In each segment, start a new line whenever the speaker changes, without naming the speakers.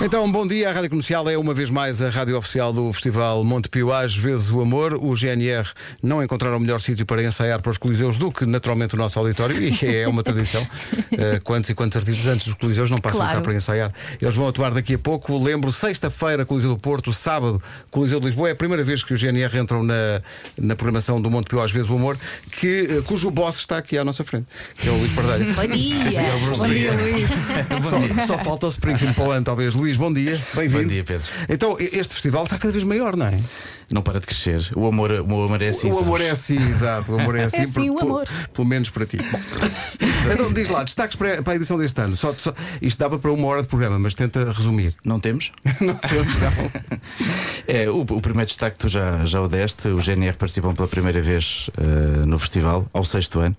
Então, bom dia. A Rádio Comercial é uma vez mais a rádio oficial do Festival Montepio Às vezes o amor. O GNR não encontraram melhor sítio para ensaiar para os coliseus do que naturalmente o nosso auditório. E é uma tradição. Eh, quantos e quantos artistas antes dos coliseus não passam
Claro.
cá para ensaiar. Eles vão atuar daqui a pouco. Lembro, sexta-feira, Coliseu do Porto, sábado, Coliseu de Lisboa. É a primeira vez que o GNR entram na, na programação do Montepio Às vezes o amor, que, eh, cujo boss está aqui à nossa frente, que é o Luís Pardeiro.
Bom dia.
É o Bruce
Bom dia,
Dickinson.
Luís.
Só, só falta o Springsteen para o ano, talvez. Luís, bom dia. Bem-vindo.
Bom dia, Pedro.
Então, e- este festival está cada vez maior, não é?
Não para de crescer. O amor, o amor é assim.
o amor é
sabes?
assim, exato. O amor é assim.
É assim,
por-
o
por-
amor.
Pelo menos para ti. Bom. então, diz lá, destaques para, para a edição deste ano. Só, só- isto dava para uma hora de programa, mas tenta resumir.
Não temos?
Não temos, não.
É, o, o primeiro destaque tu já, já o deste. O GNR participam pela primeira vez eh, no festival, ao sexto ano.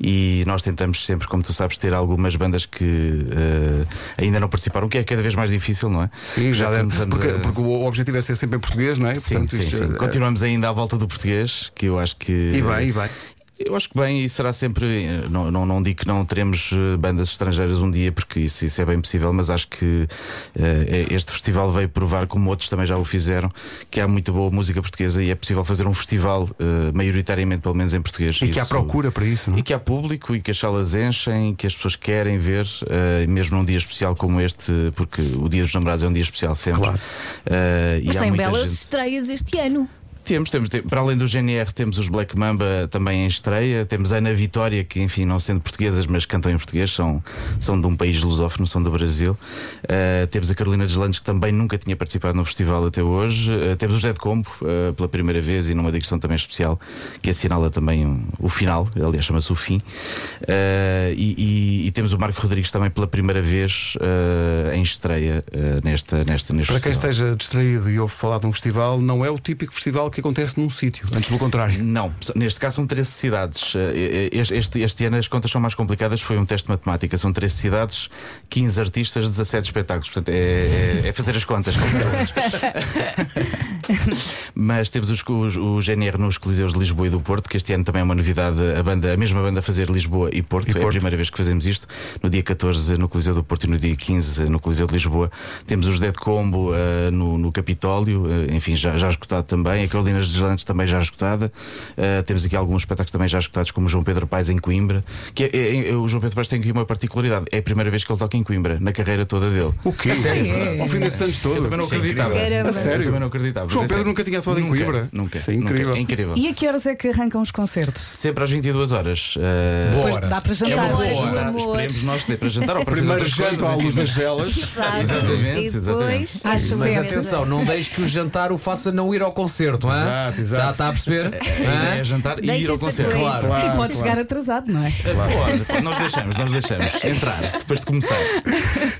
E nós tentamos sempre, como tu sabes, ter algumas bandas que eh, ainda não participaram, o que é cada vez mais difícil, não é?
Sim, já demos.
começamos
Porque,
a-
porque o objetivo é ser sempre em português, não é?
Sim,
Portanto,
sim,
isto-
sim. Continuamos ainda à volta do português, que eu acho que.
E bem, e bem.
Eu acho que bem, e será sempre. eh, Não, não, não digo que não teremos eh, bandas estrangeiras um dia, porque isso, isso é bem possível, mas acho que eh, este festival veio provar, como outros também já o fizeram, que há muito boa música portuguesa e é possível fazer um festival, eh, maioritariamente, pelo menos em português.
E que há
Isso-
procura para isso, não é?
e que há público e que as salas enchem, que as pessoas querem ver, eh, mesmo num dia especial como este, porque o Dia dos Namorados é um dia especial sempre.
Claro.
Eh, e
Mas
há
tem
muita
belas
gente-
estreias este ano.
temos, temos, tem- Para além do GNR, temos os Black Mamba também em estreia. Temos a Ana Vitória, que, enfim, não sendo portuguesas, mas cantam em português, são, são de um país lusófono, são do Brasil. Uh, temos a Carolina Deslandes, que também nunca tinha participado no festival até hoje. Uh, temos o José de Combo, uh, pela primeira vez e numa digressão também especial, que assinala também um- o final, aliás, chama-se o fim. Uh, e, e- e temos o Marco Rodrigues também pela primeira vez uh, em estreia uh, nesta, nesta, neste
Para quem
festival.
esteja distraído e ouve falar de um festival, não é o típico festival que acontece num sítio. Antes, pelo contrário.
Não, neste caso são 13 cidades. Eh, eh, Este, este- este ano as contas são mais complicadas, foi um teste de matemática. São 13 cidades, 15 artistas, 17 espetáculos. Portanto, é, é- é fazer as contas. como se diz. Mas temos os, os- o GNR nos Coliseus de Lisboa e do Porto, que este ano também é uma novidade. A, banda, a mesma banda a fazer Lisboa e Porto.
E
É a
Porto.
primeira vez que fazemos isto. No dia 14 no Coliseu do Porto e no dia 15 no Coliseu de Lisboa. Temos os Dead Combo eh, no, no Capitólio, eh, enfim, já, já escutado também. A Carolina Deslandes também já escutada. Eh, temos aqui alguns espetáculos também já escutados, como o João Pedro Paes em Coimbra. Que é- é- é- o João Pedro Paes tem aqui uma particularidade: é a primeira vez que ele toca em Coimbra, na carreira toda dele.
O quê? É Ao fim destes anos todos.
Eu também não
Uh, Isso é
acreditava.
incrível.
Caramba.
A sério?
Eu também não acreditava.
João
Mas é
Pedro
sério.
nunca tinha atuado em
Nunca,
Coimbra.
Nunca.
Isso é
nunca.
incrível.
É incrível.
E a que horas é que arrancam os concertos?
Sempre às 22 horas. eh,
Boa
Pois
hora.
dá para
É
jantar.
uma boa
hoje.
hora.
jantar,
amor.
Esperemos nós ter para jantar ou para fazer
Primeiro
outras
janto
coisas,
à luz
enfim,
das velas.
Exato.
Exatamente,
e
exatamente.
depois
Às
às
Mas
Sim.
atenção, não deixe que o jantar o faça não ir ao concerto, hã?
Exato, exato.
Já está a perceber?
A ideia
Hã?
é jantar e ir
Deixa-se
ao concerto.
depois.
E
Claro.
Claro,
pode chegar atrasado, não é?
Pode, pode, nós deixamos, nós deixamos. Entrar, depois de começar.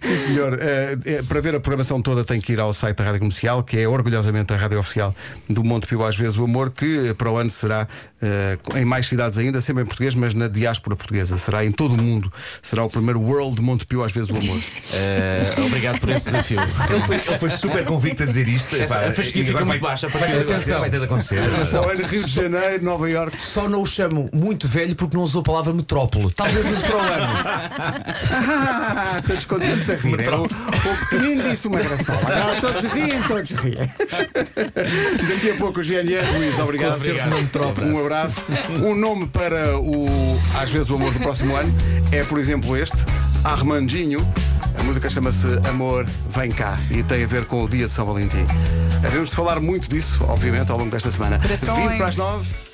Sim, senhor. Eh, eh, para ver a programação toda tem que ir ao site da Rádio Comercial, que é orgulhosamente a rádio oficial do Monte Pio Às Vezes o Amor, que eh, para o ano será eh, em mais cidades ainda, sempre em português, mas na diáspora portuguesa. Será em todo o mundo. Será o primeiro World Monte Pio Às Vezes o Amor.
Eh, obrigado por esse desafio.
Ele foi super convicto a dizer isto.
Essa-
Epá,
a fasquia
e
fica
agora
muito
vai-
baixa,
Vai ter de acontecer,
Atenção.
vai ter de acontecer.
Só é Rio de Janeiro, Nova Iorque.
Só não o chamo muito velho porque não usou a palavra metrópole. Talvez use para o ano.
Ah, todos contentes a rir. Era O, o pequenino disse uma graçola. Agora todos riem, todos riem. Daqui a pouco o GNR, Luís, obrigado.
Concerto na metrópole.
Um abraço. Um nome para o Às vezes o amor do próximo ano é, por exemplo, este, Armandinho. A música chama-se Amor Vem Cá e tem a ver com o dia de São Valentim. Havemos de falar muito disso, obviamente, ao longo desta semana.
Corações.
20 para as 9.